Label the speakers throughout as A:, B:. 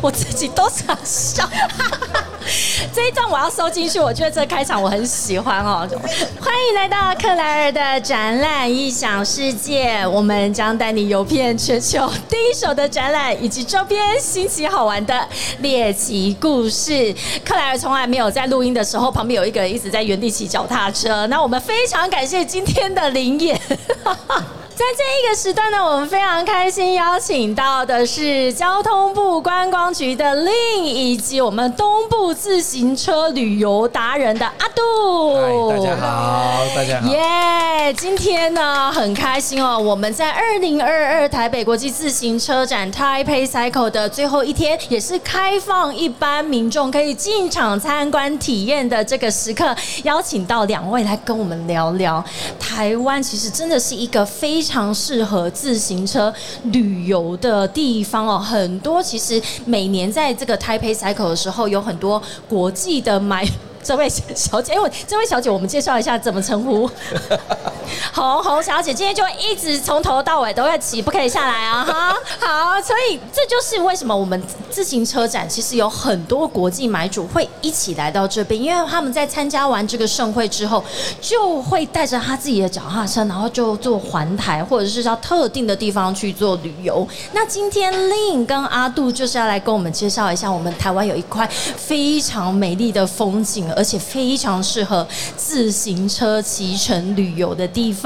A: 我自己都想笑。 这一段我要收进去，我觉得这开场我很喜欢哦。欢迎来到克莱尔的展览异想世界，我们将带你游遍全球第一手的展览以及周边新奇好玩的猎奇故事。克莱尔从来没有在录音的时候旁边有一个人一直在原地骑脚踏车。那我们非常感谢今天的灵眼。在这一个时段呢，我们非常开心邀请到的是交通部观光局的令，以及我们东部自行车旅游达人的阿杜。
B: 嗨，大家。好，大家好。
A: 耶今天呢很开心哦！我们在二零二二台北国际自行车展 Taipei Cycle 的最后一天，也是开放一般民众可以进场参观体验的这个时刻，邀请到两位来跟我们聊聊。台湾其实真的是一个非常适合自行车旅游的地方哦，很多其实每年在这个 Taipei Cycle 的时候，有很多国际的买。这位小姐，哎，我这位小姐，我们介绍一下怎么称呼。红红小姐今天就一直从头到尾都在骑，不可以下来啊！哈，好，所以这就是为什么我们自行车展其实有很多国际买主会一起来到这边，因为他们在参加完这个盛会之后，就会带着他自己的脚踏车，然后就做环台或者是到特定的地方去做旅游。那今天 Lin 跟阿杜就是要来跟我们介绍一下，我们台湾有一块非常美丽的风景，而且非常适合自行车骑乘旅游的地方。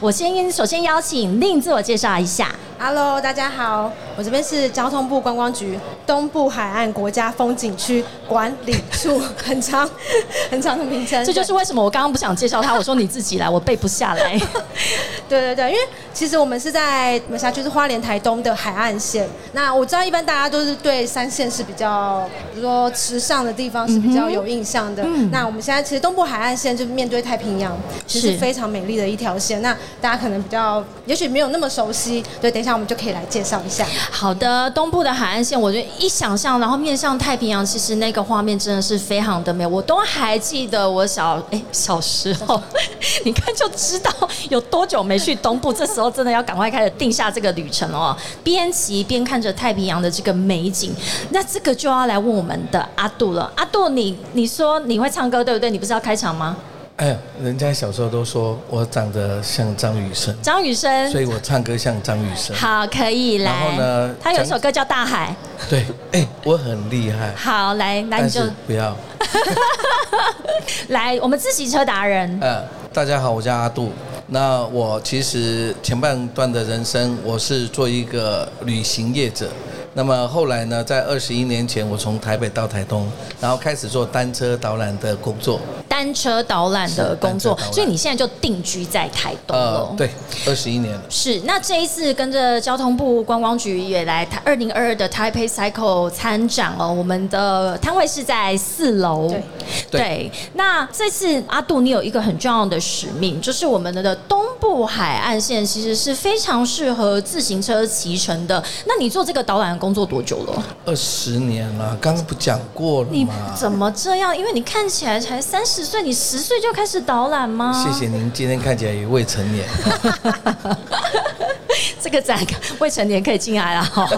A: 我先首先邀请 Lin 自我介绍一下。
C: Hello，大家好，我这边是交通部观光局东部海岸国家风景区管理处， 很长很长的名称。
A: 这就是为什么我刚刚不想介绍他，我说你自己来，我背不下来。
C: 对对对，因为其实我们是在我们辖区是花莲台东的海岸线。那我知道一般大家都是对三线是比较，比如说池上的地方是比较有印象的。
A: 嗯
C: 那我们现在其实东部海岸线就面对太平洋，其实
A: 是
C: 是非常美丽的一条线。那大家可能比较，也许没有那么熟悉。对，等一下我们就可以来介绍一下。
A: 好的，东部的海岸线，我觉得一想象，然后面向太平洋，其实那个画面真的是非常的美。我都还记得我小哎、小时候， 你看就知道有多久没去东部，这时候真的要赶快开始定下这个旅程哦。边骑边看着太平洋的这个美景，那这个就要来问我们的阿杜了。阿杜，你你说你会唱歌对不对？你不是要开场吗？
B: 哎呀，人家小时候都说我长得像张雨生，
A: 张雨生
B: 所，以我唱歌像张雨生。
A: 好，可以来。
B: 然后呢
A: 他有一
B: 讲
A: 首歌叫《大海
B: 对，哎，我很厉害》。，
A: 好，来，来你
B: 但
A: 就是
B: 不要。
A: 来，我们自行车达人。
B: 呃，大家好，我叫阿杜。那我其实前半段的人生，我是做一个旅行业者。那么后来呢，在二十一年前，我从台北到台东，然后开始做单车导览的工作。
A: 单车导览的工作
B: 是单车导，览
A: 所以你现在就定居在台东了。
B: 呃，。对，二十一年了。
A: 是，那这一次跟着交通部观光局也来台二零二二的 Taipei Cycle 参展哦，我们的摊位是在四楼。
C: 对
B: 对
A: 那这次阿杜，你有一个很重要的使命，就是我们的东部海岸线其实是非常适合自行车骑乘的。那你做这个导览的工作多久了？
B: 二十年了，刚刚不讲过了
A: 你
B: 吗？
A: 怎么这样？因为你看起来才三十岁，你十岁就开始导览吗？
B: 谢谢您，今天看起来也未成年。
A: 这个展未成年可以进来了哈。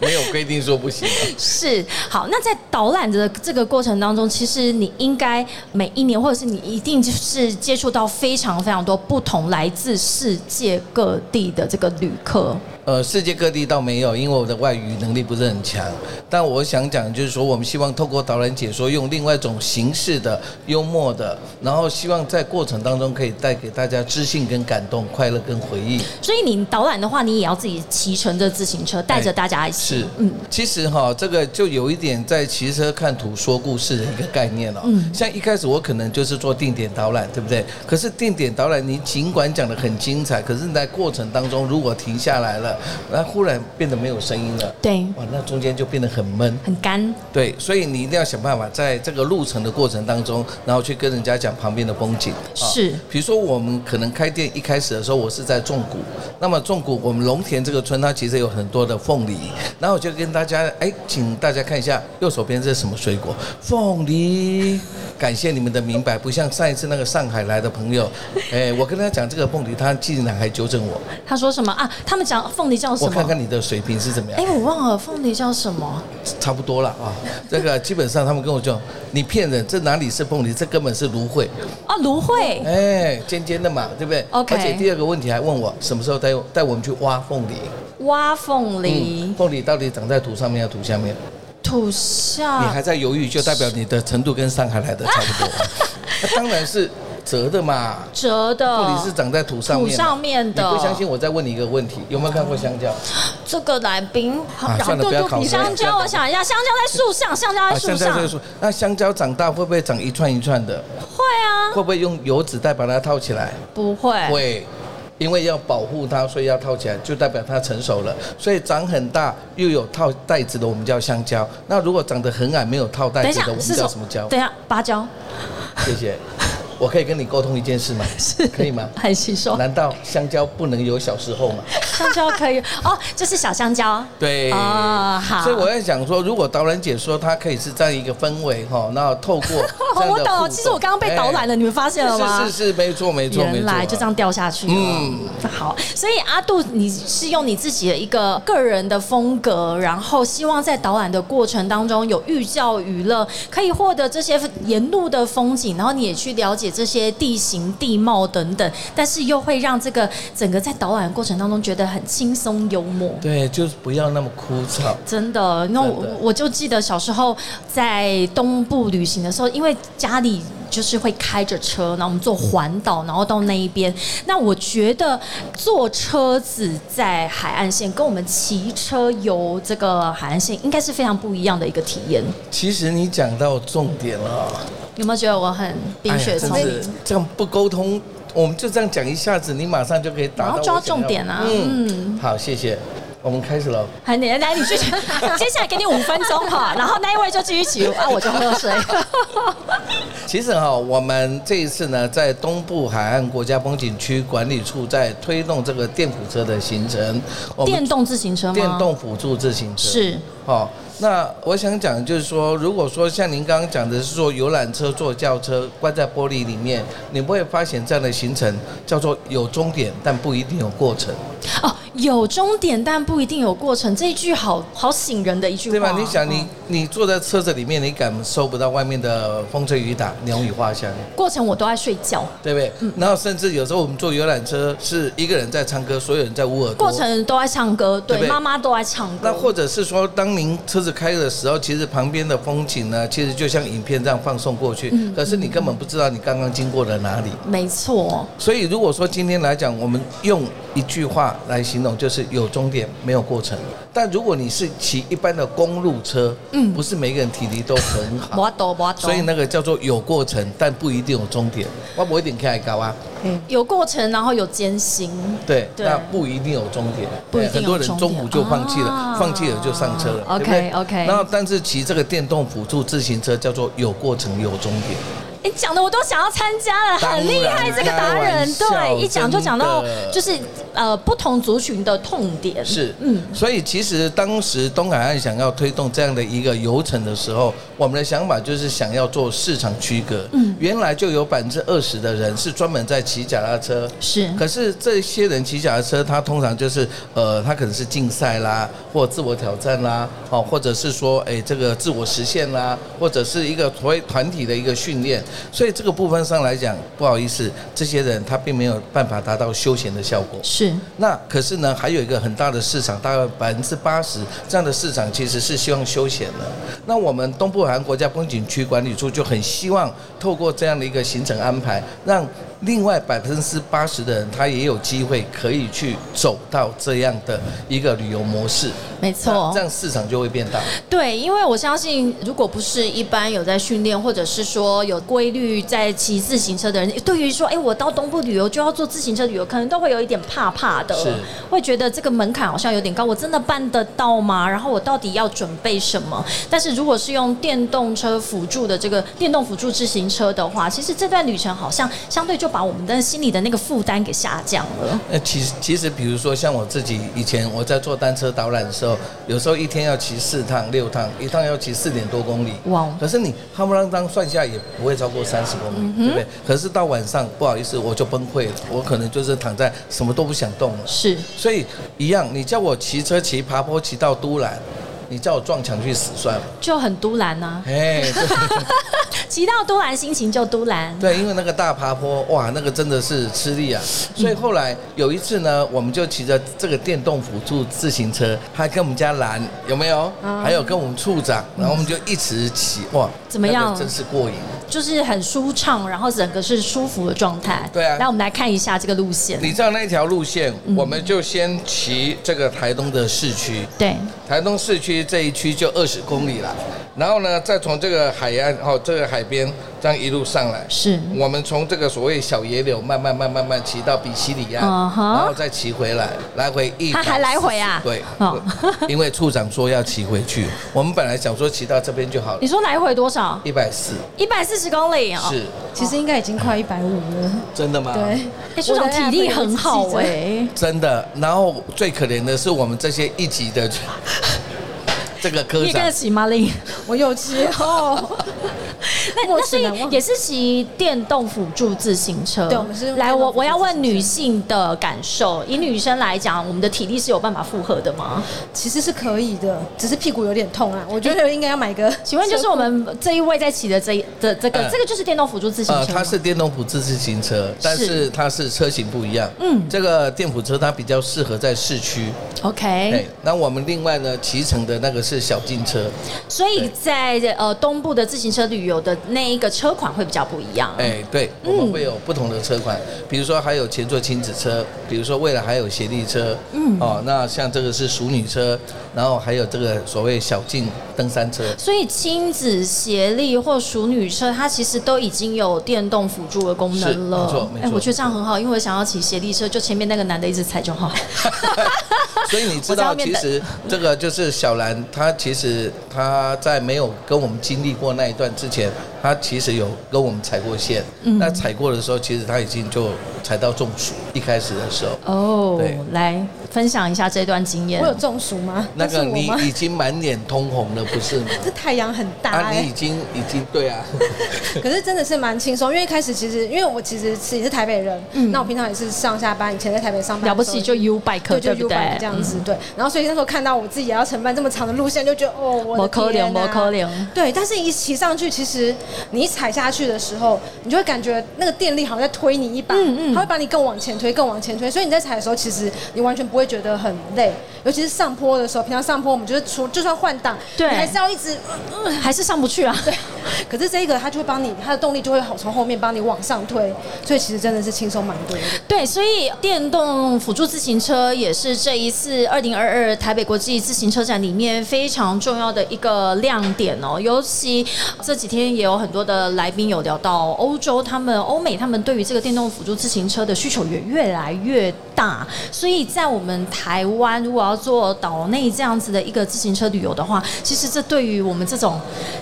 B: 没有规定说不行、
A: 是，好，那在导览的这个过程当中，其实你应该每一年，或者是你一定就是接触到非常非常多不同来自世界各地的这个旅客。
B: 呃，世界各地倒没有，因为我的外语能力不是很强。但我想讲就是说，我们希望透过导览解说，用另外一种形式的、幽默的，然后希望在过程当中可以带给大家知性跟感动、快乐跟回忆。
A: 所以你导览的话，你也要自己骑乘着自行车，带着大家一起。
B: 是，嗯，其实哈，这个就有一点在骑车看图说故事的一个概念了。嗯，像一开始我可能就是做定点导览，对不对？可是定点导览，你尽管讲的很精彩，可是你在过程当中如果停下来了，那忽然变得没有声音了，
A: 对，
B: 哇，那中间就变得很闷。
A: 很干。
B: 对，所以你一定要想办法在这个路程的过程当中，然后去跟人家讲旁边的风景。啊
A: 是
B: 比如说我们可能开店一开始的时候，我是在纵谷，那么纵谷我们龙田这个村它其实有很多的凤梨，然后我就跟大家哎，请大家看一下右手边这是什么水果？凤梨。感谢你们的明白，不像上一次那个上海来的朋友，哎，我跟他讲这个凤梨，他竟然还纠正我，
A: 他说什么啊？他们讲凤凤梨叫什
B: 我
A: 么？
B: 看看你的水平是怎么样
A: 哎，，我忘了凤梨叫什么。
B: 差不多了啊。这个基本上他们跟我讲，你骗人，这哪里是凤梨，这根本是芦荟，
A: 啊，芦荟。
B: 哎，尖尖的嘛，对不对
A: OK
B: 而且第二个问题还问我什么时候带我带我们去挖凤梨？
A: 挖凤梨
B: 嗯，凤梨到底长在土上面还是土下面？
A: 土下，
B: 你还在犹豫，就代表你的程度跟上 海来的差不多。那当然是折的嘛，
A: 折的，
B: 凤梨是长在土上面嘛。
A: 哦土上面的
B: 你不相信？我再问你一个问题，有没有看过香蕉？
A: 这个来宾，
B: 啊算了不要考虑
A: 香蕉，我想一下，香蕉在树上，香蕉在树
B: 啊香蕉
A: 上，
B: 这个树，那香蕉长大会不会长一串一串的？
A: 会啊，
B: 会不会用油纸袋把它套起来？
A: 不会，
B: 会，因为要保护它，所以要套起来，就代表它成熟了。所以长很大又有套袋子的，我们叫香蕉。那如果长得很矮没有套袋
A: 等一
B: 子
A: 下
B: 的，我们
A: 是
B: 叫什么蕉？
A: 等一下，芭蕉
B: 谢谢。我可以跟你沟通一件事吗？可以吗？
A: 很吸收，
B: 难道香蕉不能有小时候吗？
A: 香蕉可以哦，就是小香蕉，
B: 对
A: 哦好
B: 所以我在想说，如果导览解说它可以是这样一个氛围哈，那透过这样 的
A: 我懂
B: 互
A: 了。
B: 动
A: 其实我刚刚被导览了，你们发现了吗？
B: 哎是是是，没错没错没错，啊
A: 原来就这样掉下去了。嗯
B: 嗯，
A: 好，所以阿杜，你是用你自己的一个个人的风格，然后希望在导览的过程当中有寓教于乐，可以获得这些沿路的风景，然后你也去了解这些地形地貌等等，但是又会让这个整个在导览的过程当中觉得很轻松幽默。
B: 对，就是不要那么枯燥。
A: 真的，那我
B: 真的
A: 我就记得小时候在东部旅行的时候，因为家里就是会开着车，然后我们坐环岛，然后到那一边。那我觉得坐车子在海岸线跟我们骑车游这个海岸线应该是非常不一样的一个体验。
B: 其实你讲到重点了啊，
A: 有没有觉得我很冰
B: 哎
A: 雪
B: 呀
A: 聪
B: 真
A: 明？
B: 是这样不沟通，我们就这样讲一下子，你马上就可以打
A: 然
B: 到
A: 后
B: 我
A: 抓
B: 想要
A: 重点啊
B: 嗯，好，谢谢，我们开始了。
A: 还你来，你去，接哎下来给你五分钟哈，然后那一位就继续骑，啊，我就喝水。
B: 其实哈，我们这一次呢，在东部海岸国家风景区管理处在推动这个电辅车的行程， 我们
A: 电动自行车吗？
B: 电动辅助自行车
A: 是
B: 哦。那我想讲就是说，如果说像您刚刚讲的是说游览车、坐轿车关在玻璃里面，你不会发现这样的行程叫做有终点，但不一定有过程，
A: 哦，有终点但不一定有过程，这一句好好醒人的一句话。
B: 对吧？你想你
A: 嗯
B: 你坐在车子里面，你感受不到外面的风吹雨打、鸟语花香。
A: 过程我都在睡觉，
B: 对不对？
A: 嗯
B: 然后甚至有时候我们坐游览车是一个人在唱歌，所有人在捂耳朵。
A: 过程都在唱歌，
B: 对不
A: 对，
B: 对
A: 妈妈都在唱歌。
B: 那或者是说，当您车子开的时候，其实旁边的风景呢，其实就像影片这样放送过去，
A: 嗯
B: 可是你根本不知道你刚刚经过了哪里。
A: 没错，
B: 所以如果说今天来讲，我们用一句话来形容，就是有终点没有过程。但如果你是骑一般的公路车，嗯，不是每个人体力都很好，
A: 我懂我懂。
B: 所以那个叫做有过程，但不一定有终点。我不一定开高啊。
A: 嗯有过程，然后有艰辛。
B: 对，
A: 对
B: 那不一定有终点，
A: 不一定有
B: 很多人中午就放弃了，
A: 终点
B: 放弃了就上车了
A: 啊
B: 对不对
A: OK，OK
B: 然后但是骑这个电动辅助自行车叫做有过程有终点，
A: 你讲的我都想要参加了，
B: 当然啊
A: 很厉害这个达
B: 开玩
A: 人，
B: 笑
A: 对，一讲就讲到
B: 真的
A: 就是呃不同族群的痛点。
B: 是，
A: 嗯
B: 嗯，，所以其实当时东海岸想要推动这样的一个游程的时候，我们的想法就是想要做市场区隔，嗯，原来就有百分之二十的人是专门在骑脚踏车，
A: 是
B: 可是这些人骑脚踏车，他通常就是呃，他可能是竞赛啦，或自我挑战啦，哦，或者是说，哎，这个自我实现啦，或者是一个所谓团体的一个训练。所以这个部分上来讲，不好意思，这些人他并没有办法达到休闲的效果。
A: 是
B: 那可是呢，还有一个很大的市场，大概百分之八十这样的市场其实是希望休闲的。那我们东部海岸国家风景区管理处就很希望透过这样的一个行程安排，让另外百分之八十的人他也有机会可以去走到这样的一个旅游模式，
A: 没错
B: 那这。样市场就会变大。
A: 对，因为我相信，如果不是一般有在训练，或者是说有规律在骑自行车的人，对于说，哎，我到东部旅游就要坐自行车旅游，可能都会有一点怕怕的
B: 是，
A: 会觉得这个门槛好像有点高，我真的办得到吗？然后我到底要准备什么？但是如果是用电动车辅助的这个电动辅助自行车的话，其实这段旅程好像相对就就把我们的心里的那个负担给下降了。
B: 那呃其实其实，比如说像我自己以前我在做单车导览的时候，有时候一天要骑四趟六趟，一趟要骑四点多公里。
A: 哇哦嗯
B: 可是你夯不啷当算下也不会超过三十公里，对不对？可是到晚上，不好意思，我就崩溃了，我可能就是躺在什么都不想动了。
A: 是，
B: 所以一样，你叫我骑车骑爬坡骑到都兰，你叫我撞墙去死算了。
A: 就很都兰呐、
B: 哎，
A: 骑到都兰心情就都兰。
B: 对，因为那个大爬坡，哇，那个真的是吃力啊。
A: 嗯
B: 所以后来有一次呢，我们就骑着这个电动辅助自行车，还跟我们家兰有没有？还有跟我们处长，然后我们就一直骑，哇，
A: 嗯怎么样
B: 那个真是过瘾。
A: 就是很舒畅，然后整个是舒服的状态。
B: 对啊
A: 来我们来看一下这个路线。
B: 你知道那条路线，
A: 嗯
B: 我们就先骑这个台东的市区，
A: 对，
B: 台东市区这一区就二十公里了，然后呢，再从这个海岸哦，这个海边这样一路上来，
A: 是
B: 我们从这个所谓小野柳慢慢慢慢慢骑到比西里亚，
A: 嗯哼
B: 然后再骑回来，来回一
A: 他还来回啊
B: 对
A: 哦，
B: 因为处长说要骑回去，我们本来想说骑到这边就好了
A: 你，说来回多少？
B: 一百四
A: 一百四十公里哦。
B: 是
C: 其实应该已经快一百五了。
B: 真的吗？
C: 对，
A: 哎，处长体力很好哎、
B: 真的。然后最可怜的是我们这些一级的这个科
A: 你也跟
B: 长
A: 着，骑吗， 令？
C: 我有骑哦。
A: 那
C: 莫
A: 那所
C: 齿
A: 以
C: 难忘
A: 也是骑电动辅助自行车。
C: 对我们是用
A: 来，
C: 电
A: 我
C: 动辅助
A: 我要问女性的感受。以女生来讲，我们的体力是有办法负荷的吗？
C: 其实是可以的，只是屁股有点痛啊。我觉得应该要买个。
A: 哎请问，就是我们这一位在骑的这一的这个
B: 嗯，
A: 这个就是电动辅助自行
B: 呃，
A: 车吗。
B: 它是电动辅助自行车，但
A: 是
B: 是它是车型不一样。
A: 嗯
B: 这个电辅车它比较适合在市区。哎
A: OK，，
B: 那我们另外呢，骑乘的那个是小径车。
A: 所以在呃东部的自行车旅游的那一个车款会比较不一样。
B: 哎，对，我
A: 嗯
B: 们会有不同的车款，比如说还有前座亲子车，比如说未来还有协力车。嗯，哦，那像这个是熟女车，然后还有这个所谓小径登山车。
A: 所以亲子协力或熟女车，它其实都已经有电动辅助的功
B: 是
A: 能了。哎
B: 没错没错
A: 我觉得这样很好，因为我想要骑协力车，就前面那个男的一直踩就 好。
B: 所以你知
A: 我在外
B: 道，
A: 面
B: 其
A: 等
B: 实这个就是小兰，她其实她在没有跟我们经历过那一段之前，她其实有跟我们踩过线。
C: 嗯
B: 那踩过的时候，其实她已经就踩到中暑，一开始的时候。
A: 哦
B: 对，
A: 来分享一下这段经验
C: 我。有中暑吗？
B: 那个
C: 是我
B: 你
C: 吗？
B: 已经满脸通红了，不是吗？
C: 这太阳很大
B: 啊，
C: 哎、
B: 你已经已经对啊，
C: 可是真的是蛮轻松，因为一开始其实因为我其实是也是台北人，那我平常也是上下班，以前在台北上班
A: 嗯了不
C: 的时候，
A: 起就 U bike，
C: 对就
A: 对
C: U
A: 不对嗯
C: bike？这样子对，然后所以那时候看到我自己也要承办这么长的路线，就觉得哦，我
A: 嗯没
C: 的
A: 可能
C: 天哪
A: 没可能
C: 对，但是一骑上去，其实你一踩下去的时候，你就会感觉那个电力好像在推你一把，
A: 嗯嗯
C: 它会把你更往前推，更往前推，所以你在踩的时候，其实你完全不会觉得很累，尤其是上坡的时候，平常上坡我们就是出就算换挡，
A: 对
C: 你还是要一直，呃
A: 嗯还是上不去啊。
C: 可是这个它就会帮你，它的动力就会从后面帮你往上推，所以其实真的是轻松蛮多的。
A: 对，所以电动辅助自行车也是这一次二零二二台北国际自行车展里面非常重要的一个亮点哦。尤其这几天也有很多的来宾有聊到欧洲，他们欧美他们对于这个电动辅助自行车的需求也越来越大，所以在我们台湾如果要做岛内这样子的一个自行车旅游的话，其实这对于我们这种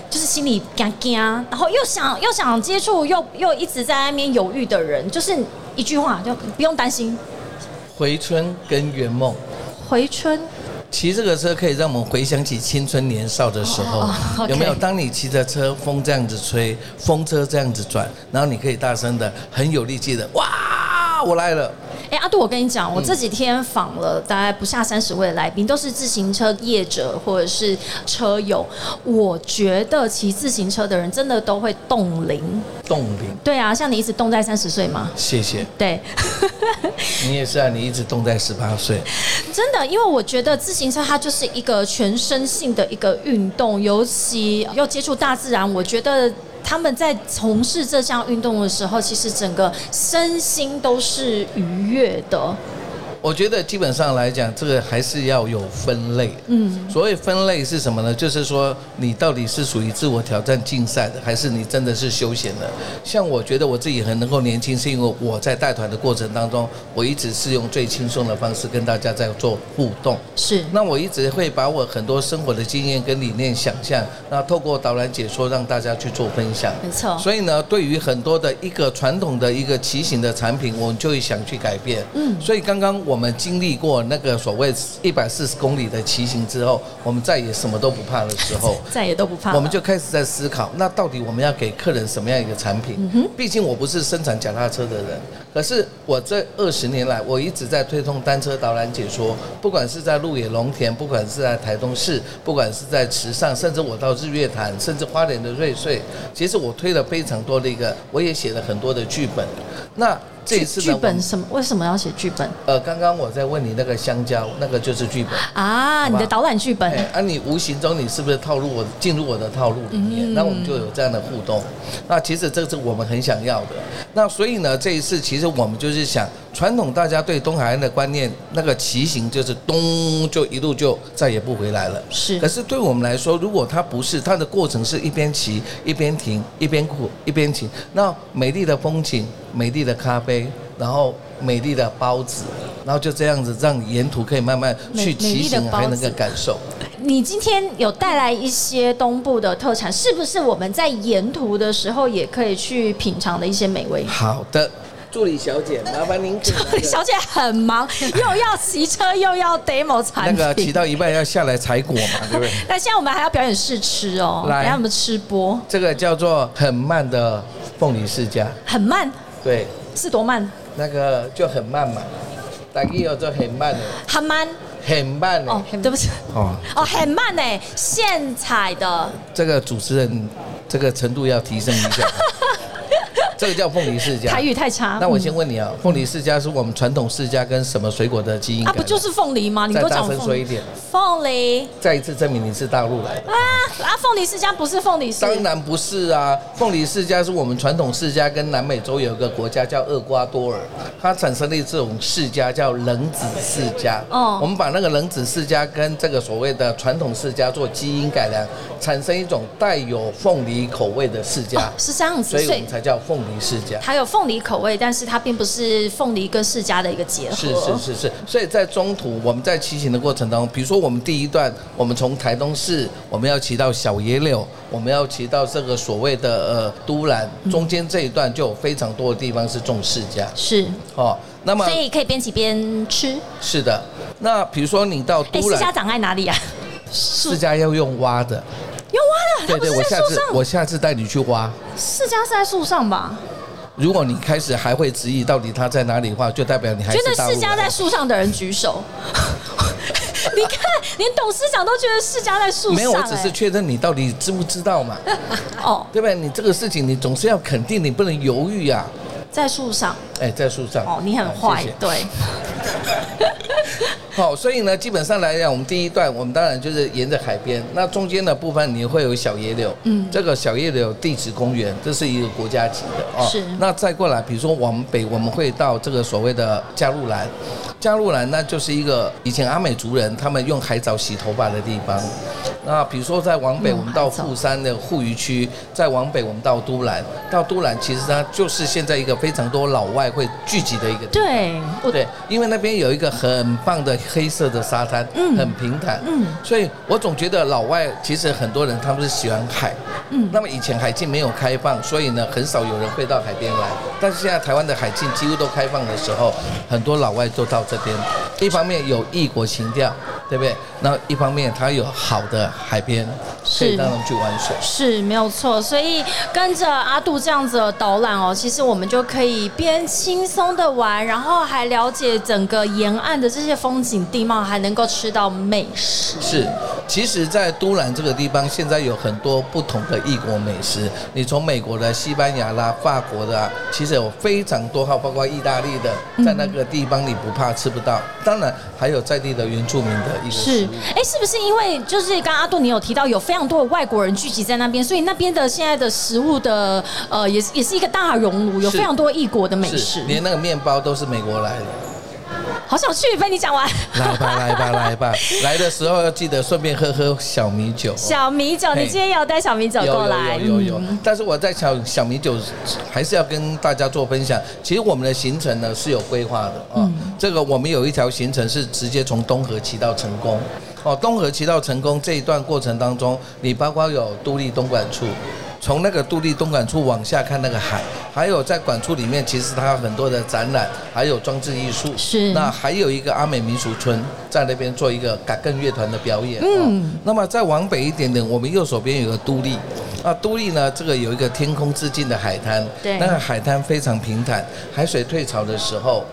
A: 就是心里嘎嘎，啊然后又想又想接触又又一直在那边犹豫的人，就是一句话就不用担心，
B: 回春跟圆梦。
A: 回春
B: 骑这个车可以让我们回想起青春年少的时候
A: 哦哦，OK
B: 有没有？当你骑着车，风这样子吹，风车这样子转，然后你可以大声的、很有力气的，哇，我来了！
A: 哎、阿杜，我跟你讲，我这几天访了大概不下三十位的来宾，都是自行车业者或者是车友。我觉得骑自行车的人真的都会冻龄。
B: 冻龄，
A: 对啊，像你一直冻在三十岁嘛。
B: 谢谢
A: 对，
B: 你也是啊，你一直冻在十八岁，
A: 真的，因为我觉得自行车它就是一个全身性的一个运动，尤其要接触大自然，我觉得。他们在从事这项运动的时候，其实整个身心都是愉悦的。
B: 我觉得基本上来讲，这个还是要有分类。嗯，所谓分类是什么呢？就是说你到底是属于自我挑战竞赛的，还是你真的是休闲的？像我觉得我自己很能够年轻，是因为我在带团的过程当中，我一直是用最轻松的方式跟大家在做互动。
A: 是
B: 那我一直会把我很多生活的经验跟理念想象，那透过导览解说让大家去做分享。
A: 没错
B: 所以呢，对于很多的一个传统的一个骑行的产品，我们就会想去改变。嗯，所以刚刚我们经历过那个所谓一百四十公里的骑行之后，我们再也什么都不怕的时候，
A: 再也都不怕了。
B: 我们就开始在思考，那到底我们要给客人什么样一个产品？
A: 嗯
B: 毕竟我不是生产脚踏车的人，可是我这二十年来，我一直在推动单车导览解说，不管是在鹿野龙田，不管是在台东市，不管是在池上，甚至我到日月潭，甚至花莲的瑞穗，其实我推了非常多的一个，我也写了很多的剧本。那这一
A: 剧
B: 次
A: 剧
B: 呢，我
A: 本
B: 们
A: 什么？为什么要写剧本
B: 呃，刚刚我在问你那个香蕉，那个就是剧本。
A: 啊？
B: 好吧
A: 你的导览剧本
B: 哎，啊，你无形中你是不是套路我进入我的套路里
A: 嗯
B: 面？那我们就有这样的互动。那其实这是我们很想要的。那所以呢，这一次其实我们就是想，传统大家对东海岸的观念，那个骑行就是咚就一路就再也不回来了。
A: 是
B: 可是对我们来说，如果它不是，它的过程是一边骑一边停，一边哭一边骑。那美丽的风景，美丽的咖啡，然后美丽的包子，然后就这样子让你沿途可以慢慢去
A: 美美
B: 骑
A: 丽的
B: 行，还
A: 包
B: 能
A: 子
B: 够感受。
A: 你今天有带来一些东部的特产，是不是我们在沿途的时候也可以去品尝的一些美味？
B: 好的，助理小姐，麻烦您给那个
A: 小姐很 忙，又要骑车又要 demo
B: 那
A: 产
B: 个骑
A: 品。
B: 到一半要下来采果嘛，对不 对？
A: 那现在我们还要表演试吃哦，
B: 来
A: 等一下我们吃播
B: 这个叫做很慢的凤梨世家，
A: 很慢，
B: 对，
A: 是多慢？
B: 那个就很慢嘛，大家有做哦很慢的，
A: 很慢
B: 很慢的
A: 哦，对不起，
B: 哦，
A: 哦，很慢呢，现采的
B: 这个主持人这个程度要提升一下， 这个叫凤梨世家
A: 台。语太差。
B: 那我
A: 嗯
B: 先问你啊，凤梨世家是我们传统世家跟什么水果的基因
A: 啊，
B: 改的？
A: 不就是凤梨吗？你
B: 再
A: 给我
B: 大
A: 讲
B: 声
A: 凤
B: 说一
A: 梨，
B: 点，
A: 凤梨
B: 再一次证明你是大陆来的。
A: 啊啊，凤梨世家不是凤梨世
B: 当然不是啊，凤梨世家是我们传统世家，跟南美洲有一个国家叫厄瓜多尔，它产生了一种世家叫冷子世家。
A: 哦
B: 我们把那个冷子世家跟这个所谓的传统世家做基因改良，产生一种带有凤梨口味的世家
A: 哦，，是这样子，
B: 所以
A: 所
B: 我
A: 以
B: 们才叫凤梨世家。
A: 它有凤梨口味，但是它并不是凤梨跟释迦的一个结合。
B: 是是是是，所以在中途我们在骑行的过程当中，比如说我们第一段，我们从台东市，我们要骑到小野柳，我们要骑到这个所谓的呃都兰，中间这一段就有非常多的地方是种世家
A: 是
B: 哦。那么
A: 所以可以边骑边吃。
B: 是的，那比如说你到
A: 哎，
B: 都
A: 释迦
B: 兰，
A: 长在哪 里啊？树
B: 世家要用挖的，
A: 有挖的，它
B: 对
A: 不
B: 对，
A: 是
B: 我
A: 在
B: 下
A: 树
B: 次
A: 上。
B: 我下次带你去挖。
A: 释迦是在树上吧？
B: 如果你开始还会质疑到底它在哪里的话，就代表你还
A: 觉
B: 是
A: 得
B: 大陆
A: 释迦
B: 人
A: 在树上的人举手。 你看，连董事长都觉得释迦在树上。
B: 没有，我只
A: 哎
B: 是确认你到底知不知道嘛。
A: 哦，
B: 对不对？你这个事情你总是要肯定，你不能犹豫啊！
A: 在树上。
B: 哎，在树上
A: 哦，你很坏，
B: 哎谢谢
A: 对。
B: 好，所以呢，基本上来讲，我们第一段我们当然就是沿着海边，那中间的部分你会有小野柳，嗯，这个小野柳地质公园，这是一个国家级的哦。
A: 是
B: 那再过来，比如说往北，我们会到这个所谓的加路兰，加路兰那就是一个以前阿美族人他们用海藻洗头发的地方。那比如说再往北，
A: 嗯
B: 我们到
A: 海藻
B: 富山的护渔区，再往北我们到都兰，到都兰其实它就是现在一个非常多老外会聚集的一个地方。
A: 对，我
B: 对，因为那边有一个很棒的黑色的沙滩，很平坦，
A: 嗯
B: 所以我总觉得老外其实很多人他们是喜欢海，那么以前海境没有开放，所以呢很少有人会到海边来，但是现在台湾的海境几乎都开放的时候，很多老外都到这边，一方面有异国情调，对不对？那一方面它有好的海边，可以
A: 是
B: 让他们去玩水。
A: 是没有错，所以跟着阿杜这样子的导览哦，其实我们就可以边轻松的玩，然后还了解整个沿岸的这些风景地貌，还能够吃到美食。
B: 是，其实，在都兰这个地方，现在有很多不同的异国美食。你从美国的、西班牙啦、法国的、啊，其实有非常多号，包括意大利的，在那个地方你不怕吃不到。当然，还有在地的原住民的一个食
A: 是
B: 物。，
A: 哎，是不是因为就是刚刚阿杜你有提到有非常多的外国人聚集在那边，所以那边的现在的食物的呃，也是也是一个大熔炉，有
B: 是
A: 非常多异国的美
B: 是
A: 食。
B: 连那个面包都是美国来的。
A: 好想去，被你讲完。
B: 来吧，来吧，来吧！ 来的时候要记得顺便喝喝小米酒。哦
A: 小米酒，你
B: 嘿
A: 今天有带小米酒
B: 有嗯
A: 过来？
B: 有有有有但是我在小小米酒还是要跟大家做分享。其实我们的行程呢是有规划的啊、这个我们有一条行程是直接从东河骑到成功。哦，东河骑到成功这一段过程当中，你包括有都立东莞处。从那个杜立东莞处往下看那个海，还有在管处里面，其实它有很多的展览，还有装置艺术。
A: 是
B: 那还有一个阿美民俗村，在那边做一个嘎更乐团的表演。嗯，那么再往北一点点，我们右手边有个都立，啊，都立呢，这个有一个天空之境的海滩，
A: 对
B: 那个海滩非常平坦，海水退潮的时候。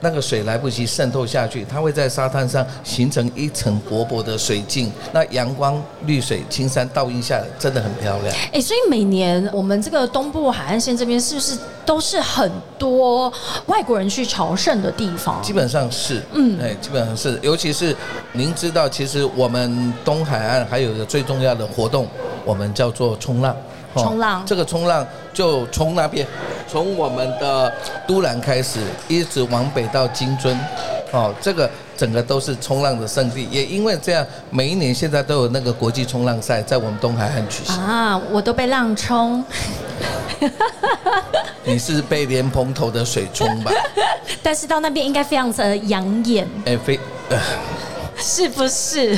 B: 那个水来不及渗透下去，它会在沙滩上形成一层薄薄的水镜。那阳光、绿水、青山倒映下来，真的很漂亮。
A: 哎、所以每年我们这个东部海岸线这边是不是都是很多外国人去朝圣的地方？
B: 基本上是，
A: 嗯
B: 哎，基本上是，尤其是您知道，其实我们东海岸还有一个最重要的活动，我们叫做冲浪。哦
A: 冲浪
B: 这个冲浪就从那边，从我们的都兰开始，一直往北到金樽，哦，这个整个都是冲浪的圣地。也因为这样，每一年现在都有那个国际冲浪赛在我们东海岸举行。
A: 啊，我都被浪冲，
B: 你是被莲蓬头的水冲吧？
A: 但是到那边应该非常的养眼，
B: 哎，非，呃
A: 是不是？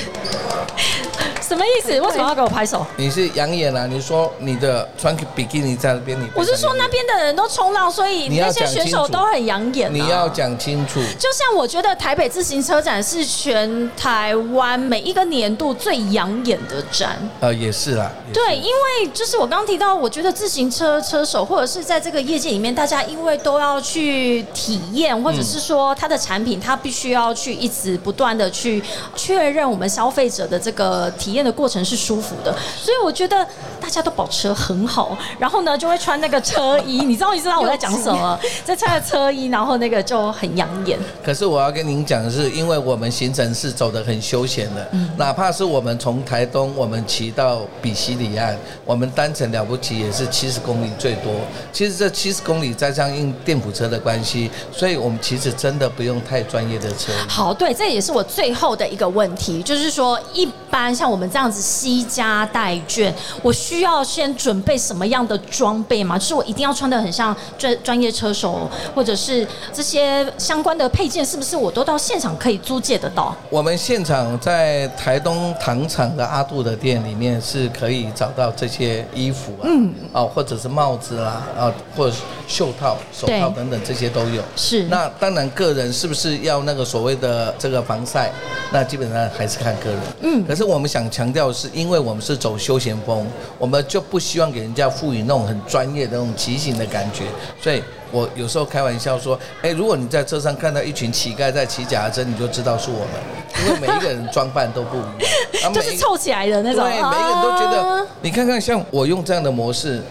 A: 什么意思？为什么要给我拍手？
B: 你是养眼啊？你说你的穿比基尼在那边，你
A: 我是说
B: 非常养眼
A: 那边的人都冲浪，所以
B: 你要
A: 那些
B: 讲
A: 选
B: 清
A: 手
B: 楚
A: 都很养眼、啊。
B: 你要讲清楚。
A: 就像我觉得台北自行车展是全台湾每一个年度最养眼的展。
B: 呃，也是啦。也是
A: 对，因为就是我刚提到，我觉得自行车车手或者是在这个业界里面，大家因为都要去体验，或者是说它的产品，它必须要去一直不断的去确认我们消费者的这个体验的过程是舒服的，所以我觉得大家都保持得很好，然后呢就会穿那个车衣，你知道你知道我在讲什 么，在穿着车衣，然后那个就很养眼。
B: 可是我要跟您讲的是，因为我们行程是走得很休闲的，
A: 嗯
B: 哪怕是我们从台东我们骑到比西里岸，我们单程了不起也是七十公里最多。其实这七十公里再加上用电辅车的关系，所以我们其实真的不用太专业的车。
A: 好，对，这也是我最后的一个问题，就是说，一般像我们这样子惜家带眷，我需要先准备什么样的装备吗？就是我一定要穿的很像专专业车手，或者是这些相关的配件，是不是我都到现场可以租借得到？
B: 我们现场在台东糖厂的阿杜的店里面是可以找到这些衣服啊，嗯，啊，或者是帽子啦，啊，或者是袖套、手套
A: 对
B: 等等这些都有。
A: 是
B: 那当然，个人是不是要那个所谓的这个防晒？那基本上还是看个人。嗯。可是我们想强调的是，因为我们是走休闲风，我们就不希望给人家赋予那种很专业的那种骑行的感觉。所以我有时候开玩笑说，哎，如果你在车上看到一群乞丐在骑脚踏车，你就知道是我们，因为每一个人装扮都不一样。 啊
A: 就
B: 每
A: 是
B: 一
A: 凑起来的那种，
B: 对，每一个人都觉
A: 啊
B: 得，你看看，像我用这样的模式，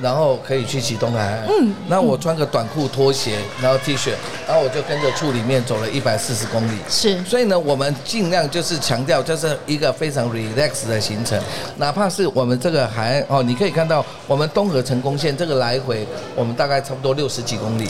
B: 然后可以去骑东海岸，嗯，那我穿个短裤、拖鞋，然后 T 恤，然后我就跟着处里面走了一百四十公里。
A: 是
B: 所以呢，我们尽量就是强调，就是一个非常 relax 的行程，哪怕是我们这个海岸哦，你可以看到我们东河成功线这个来回，我们大概差不多六十几公里。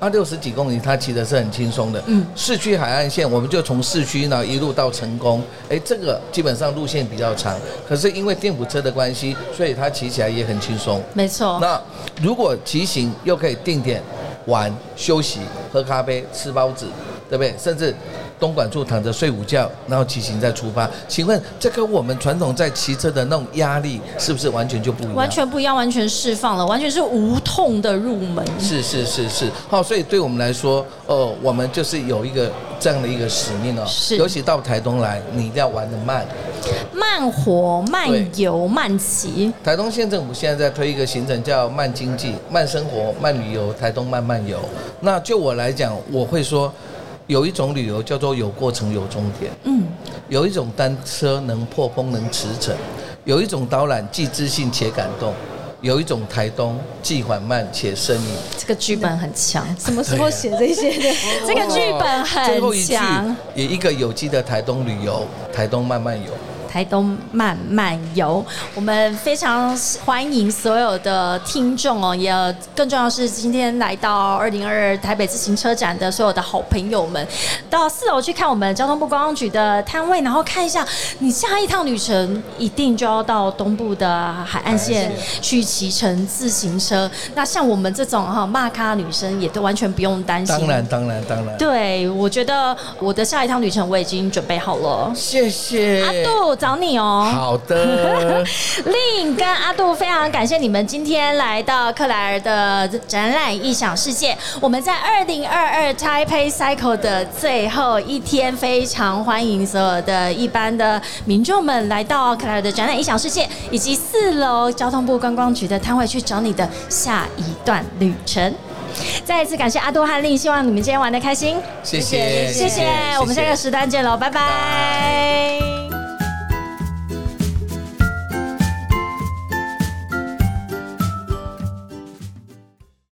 B: 啊，六十几公里，它骑的是很轻松的。嗯，市区海岸线，我们就从市区呢一路到成功。哎，这个基本上路线比较长，可是因为电辅车的关系，所以它骑起来也很轻松。
A: 没错。
B: 那如果骑行又可以定点玩、休息、喝咖啡、吃包子，对不对？甚至东莞处躺着睡午觉，然后骑行再出发。请问这跟我们传统在骑车的那种压力是不是完全就不一样？
A: 完全不一样，完全释放了，完全是无痛的入门。
B: 是是是是，好，所以对我们来说，呃，我们就是有一个这样的一个使命哦。
A: 是
B: 尤其到台东来，你一定要玩得慢。
A: 慢活、慢
B: 对
A: 游、慢骑，
B: 台东县政府现在在推一个行程，叫慢经济、慢生活、慢旅游，台东慢慢游。那就我来讲，我会说，有一种旅游叫做有过程、有终点。
A: 嗯，
B: 有一种单车能破风能驰骋，有一种导览既知性且感动，有一种台东既缓慢且生硬。
A: 这个剧本很强。
C: 什么时候写 这些的？
A: 这个剧本
B: 最后
A: 很
B: 一句
A: 强，
B: 也一个有机的台东旅游，台东慢慢游。
A: 台东慢慢游。我们非常欢迎所有的听众哦，也更重要是今天来到二零二二台北自行车展的所有的好朋友们，到四楼去看我们交通部观光局的摊位，然后看一下你下一趟旅程一定就要到东部的海岸线去骑乘自行车。那像我们这种哈骂咖女生也都完全不用担心。
B: 当然，当然，当然。
A: 对，我觉得我的下一趟旅程我已经准备好了。
B: 谢谢。
A: 阿杜找你哦。
B: 好的，
A: 令跟阿杜非常感谢你们今天来到克莱尔的展览异想世界。我们在二零二二 Taipei Cycle 的最后一天，非常欢迎所有的一般的民众们来到克莱尔的展览异想世界，以及四楼交通部观光局的摊位去找你的下一段旅程。再一次感谢阿杜和令，希望你们今天玩的开心。
B: 谢谢，
A: 谢谢，我们下个时段见喽，拜拜